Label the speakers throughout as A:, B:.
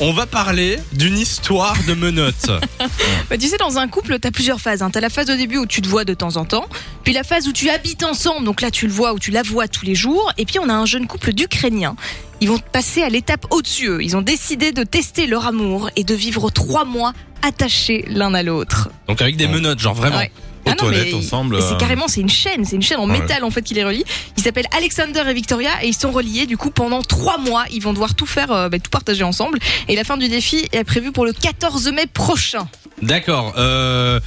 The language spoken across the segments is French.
A: On va parler d'une histoire de menottes.
B: Bah, tu sais, dans un couple, t'as plusieurs phases. Hein. T'as la phase au début où tu te vois de temps en temps, puis la phase où tu habites ensemble, donc là tu le vois ou tu la vois tous les jours, et puis on a un jeune couple d'Ukrainiens. Ils vont passer à l'étape au-dessus. eux. Ils ont décidé de tester leur amour et de vivre trois mois attachés l'un à l'autre.
A: Donc avec des
C: Ouais.
A: menottes, genre vraiment.
B: Ouais. Ah
C: Aux
B: non, mais
C: toilettes, ensemble,
B: mais C'est
A: Bah.
C: euh,
B: carrément, c'est une chaîne, c'est une chaîne en
C: ouais.
B: métal en fait qui les relie. Ils s'appellent Alexander et Victoria et ils sont reliés du coup pendant trois mois. Ils vont devoir tout faire, euh, bah, tout partager ensemble. Et la fin du défi est prévue pour le 14 mai prochain.
A: D'accord. euh,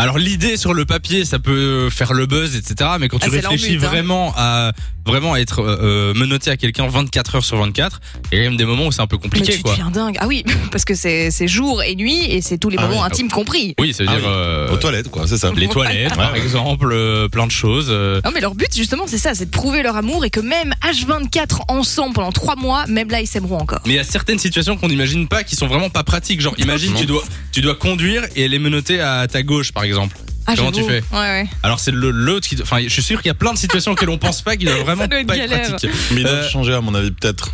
A: alors l'idée sur le papier, ça peut euh, faire le buzz, etc. Mais quand tu
B: Ah, c'est leur
A: réfléchis
B: but, hein.
A: vraiment à vraiment à être euh, euh, menotté à quelqu'un 24 heures sur 24, il y a quand même des moments où c'est un peu
B: Mais
A: compliqué,
B: tu
A: quoi.
B: deviens dingue. Ah oui, parce que c'est c'est jour et nuit et c'est tous les
C: Ah
B: moments
C: oui.
B: intimes compris.
A: Oui, oh. ça veut
C: Ah
A: dire
C: oui.
A: euh,
C: Aux toilettes, quoi, c'est ça.
A: les toilettes, par
C: ouais.
A: exemple, euh, plein de choses. euh,
B: Non mais leur but justement c'est ça, c'est de prouver leur amour et que même H24 ensemble pendant trois mois, même là ils s'aimeront encore.
A: Mais il y a certaines situations qu'on n'imagine pas, qui sont vraiment pas pratiques. Genre, imagine
C: Non.
A: tu dois tu dois conduire et les menotter à ta gauche, par exemple.
B: Ah,
A: Comment tu
B: j'avoue.
A: fais
B: Ouais, ouais.
A: Alors c'est le l'autre qui, enfin, je suis sûr qu'il y a plein de situations auxquelles on pense pas, qui doivent vraiment
B: doit être
A: pas être
B: galère.
A: pratiquées.
C: Mais ils doivent
A: Euh,
C: changer, à mon avis, peut-être.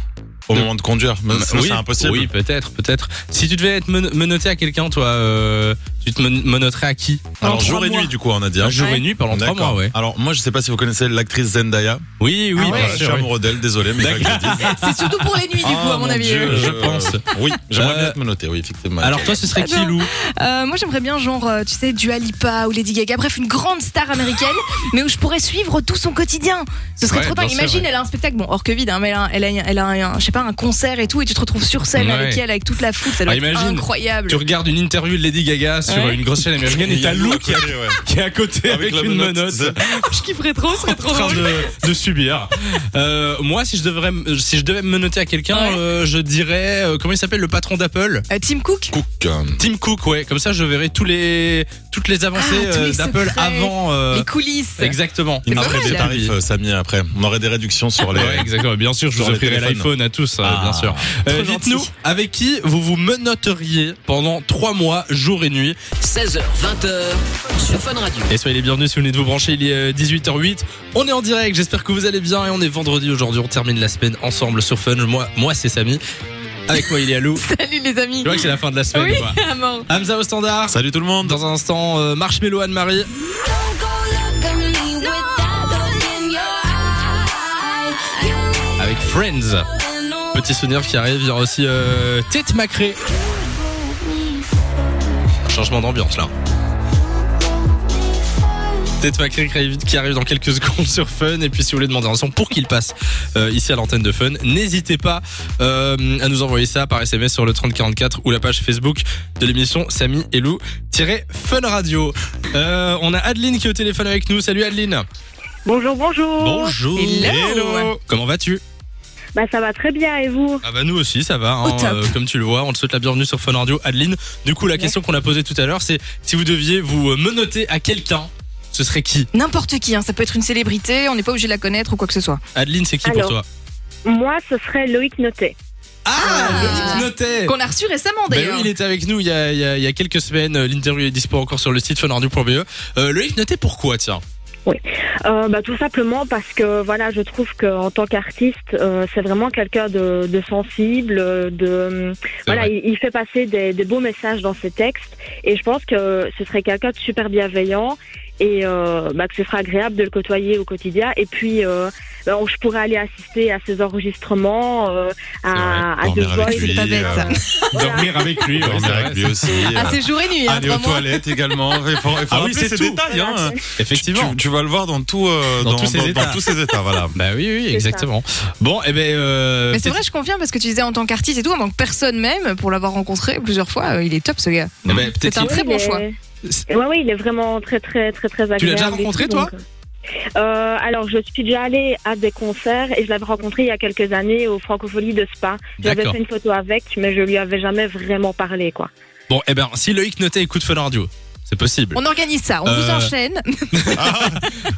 C: Au
A: de- Euh,
C: moment de conduire. Mais sinon,
A: oui,
C: c'est impossible.
A: Oui, peut-être, peut-être. Si tu devais être men- menotté à quelqu'un, toi, euh, tu te men- menotterais à qui
C: Alors,
A: Pendant
C: jour
A: trois
C: et
A: mois.
C: nuit, du coup, on a dit. hein.
A: Un jour et nuit pendant trois
C: D'accord.
A: mois, ouais.
C: Alors, moi, je sais pas si vous connaissez l'actrice Zendaya.
A: Oui, oui,
B: Ah ouais.
A: bien
C: Voilà, je suis
A: sûr. oui.
C: amoureux d'elle, désolé, mais quoi que je dise.
B: C'est surtout pour les nuits du coup
A: Oh
C: Ah,
B: à mon,
C: mon
B: avis.
C: Dieu,
B: euh.
A: je
C: euh,
A: pense.
C: Oui, j'aimerais bien
A: Euh,
C: être menotté, oui, effectivement.
A: Alors toi, ce serait qui,
B: Attends.
A: Lou
B: Euh, moi j'aimerais bien genre euh, tu sais Dua Lipa ou Lady Gaga, bref une grande star américaine, mais où je pourrais suivre tout son quotidien. Ce serait
A: Ouais,
B: trop dingue.
A: bien sûr,
B: Imagine
A: ouais.
B: elle a un spectacle, bon hors Covid, hein, mais elle a, elle a, elle a un, je sais pas un concert et tout et tu te retrouves sur scène
A: Ouais.
B: avec elle avec toute la foule, ça doit
A: Ah,
B: être
A: imagine.
B: incroyable.
A: Tu regardes une interview de Lady Gaga sur
B: Ouais.
A: une grosse chaîne américaine et
C: Il y
A: t'as
C: a
A: Lou
C: à
A: qui, est-
C: côté, ouais.
A: qui est à côté avec,
C: Avec la
A: une
C: menotte,
A: menotte.
C: c'est ça.
B: Je kifferais trop, ce serait
A: en
B: trop
A: train
B: drôle.
A: de, de subir. Euh, moi, si je devrais, me- si je devais me noter à quelqu'un,
B: Ouais.
A: euh, je dirais euh, comment il s'appelle le patron d'Apple,
B: Euh, Tim Cook
C: Cook. euh,
A: Tim Cook. Ouais, comme ça, je verrai tous les toutes les avancées
B: Ah, tous les
A: euh, d'Apple
B: secrets.
A: avant. euh,
B: Les coulisses.
A: exactement.
C: Il nous
B: pas
C: ferait
B: mal,
C: des
B: hein.
C: tarifs, euh, Samy, après. On aurait des réductions sur les.
A: Ouais, exactement. Bien sûr, je vous
C: Sur les
A: offrirai
C: téléphones.
A: l'iPhone à tous, euh,
C: Ah,
A: bien sûr. Euh,
B: trop gentil.
A: Dites-nous, avec qui vous vous menotteriez pendant trois mois, jour et nuit
D: 16h, 20h sur Fun Radio.
A: Et soyez les bienvenus si vous venez de vous brancher, il est euh, 18h08. On est en direct, j'espère que vous allez bien et on est vendredi aujourd'hui. On termine la semaine ensemble sur Fun. Moi, moi c'est Samy. Avec moi, il est Alou.
B: Salut les amis.
A: Tu vois que c'est la fin de la semaine.
B: Oui.
A: quoi.
B: À mort.
A: Hamza au standard.
C: Salut tout le monde.
A: Dans un instant, euh, Marshmello Anne-Marie. Avec Friends. Petit souvenir qui arrive. Il y aura aussi euh, Tête Macrée. Un changement d'ambiance là. Tête Macrée qui arrive- qui arrive dans quelques secondes sur Fun. Et puis si vous voulez demander un son pour qu'il passe euh, ici à l'antenne de Fun, n'hésitez pas euh, à nous envoyer ça par SMS sur le 3044 ou la page Facebook de l'émission Samy et Lou Fun Radio. Euh, on a Adeline qui est au téléphone avec nous. Salut Adeline.
E: Bonjour, bonjour.
A: Bonjour.
B: Hello.
A: Comment vas-tu
E: Bah ça va très bien et vous
A: Ah bah nous aussi ça va, hein,
B: Au top.
A: euh, comme tu le vois, on te souhaite la bienvenue sur Fun Radio Adeline. Du coup la question qu'on a posée tout à l'heure c'est si vous deviez vous euh, menotter à quelqu'un, ce serait qui
B: N'importe qui, hein, ça peut être une célébrité, on n'est pas obligé de la connaître ou quoi que ce soit.
A: Adeline c'est qui pour
E: Alors.
A: toi
E: Moi, ce serait Loïc Notet.
A: Ah,
B: Ah.
A: Loïc Notet
B: Qu'on a reçu récemment
A: Eh. Ben
B: d'ailleurs.
A: oui, il était avec nous il y a, il y a- il y a quelques semaines, Euh, l'interview est dispo encore sur le site funradio.be. Euh, Loïc Notet pourquoi tiens
E: Euh, bah, tout simplement parce que voilà, je trouve qu'en tant qu'artiste, euh, c'est vraiment quelqu'un de, de sensible, euh, de voilà,
A: vrai.
E: il, il fait passer des, des beaux messages dans ses textes et je pense que ce serait quelqu'un de super bienveillant et euh, bah, que ce serait agréable de le côtoyer au quotidien et puis euh, bah, on- je pourrais aller assister à ses enregistrements, euh, à, à
C: C'est vrai, dormir
E: The
C: avec
E: Voice.
B: C'est
C: lui,
B: pas bête
C: euh,
B: ça.
A: Dormir avec lui, ouais,
C: Dormir
A: c'est vrai.
C: avec lui aussi.
B: Ah,
C: euh,
B: c'est jour et nuit, hein,
C: Aller
B: trois
C: aux
B: mois.
C: toilettes également. Il faut, il faut
A: Ah oui,
C: rappeler
A: c'est
C: ces
A: tout.
C: détails. Hein.
A: Effectivement.
C: Tu, tu vas le voir dans, tout, euh,
A: Dans
C: dans,
A: tous ces
C: dans- dans
A: états.
C: tous ces états. Voilà.
A: Bah oui, oui,
E: ça.
A: exactement. Bon, et eh ben. euh,
B: Mais c'est vrai, je conviens parce que tu disais en tant qu'artiste et tout, en tant que personne même, pour l'avoir rencontré plusieurs fois, euh, il est top ce gars.
A: eh ben, peut-être
B: C'est un
A: qu'il-
B: très
E: Oui,
B: bon
E: mais-
B: choix.
E: Ouais, oui, il est vraiment très, très, très, très agréable.
A: déjà
E: et tout,
A: rencontré, toi
E: donc, euh, euh, Alors, je suis déjà allée à des concerts et je l'avais rencontré il y a quelques années au Francophonie de Spa. J'avais
A: D'accord.
E: fait une photo avec, mais je lui avais jamais vraiment parlé, quoi.
A: Bon, eh ben, si Loïc Notet écoute Fun Radio, c'est possible.
B: On organise ça, on vous
A: Euh,
B: enchaîne.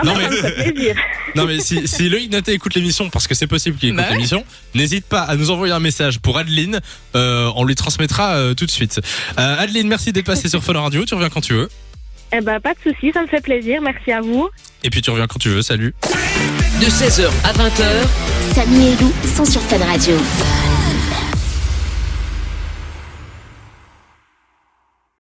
A: Non, mais-
E: Ça me fait plaisir.
A: Non mais si, si Loïc Notet écoute l'émission, parce que c'est possible qu'il écoute
B: Bah ouais.
A: l'émission, n'hésite pas à nous envoyer un message pour Adeline, euh, on lui transmettra euh, tout de suite. Euh, Adeline, merci d'être passée sur Fun Radio, tu reviens quand tu veux.
E: Eh ben, pas de souci, ça me fait plaisir. Merci à vous.
A: Et puis tu reviens quand tu veux, salut.
D: De 16h à 20h,
F: Samy et Lou sont sur Fun Radio.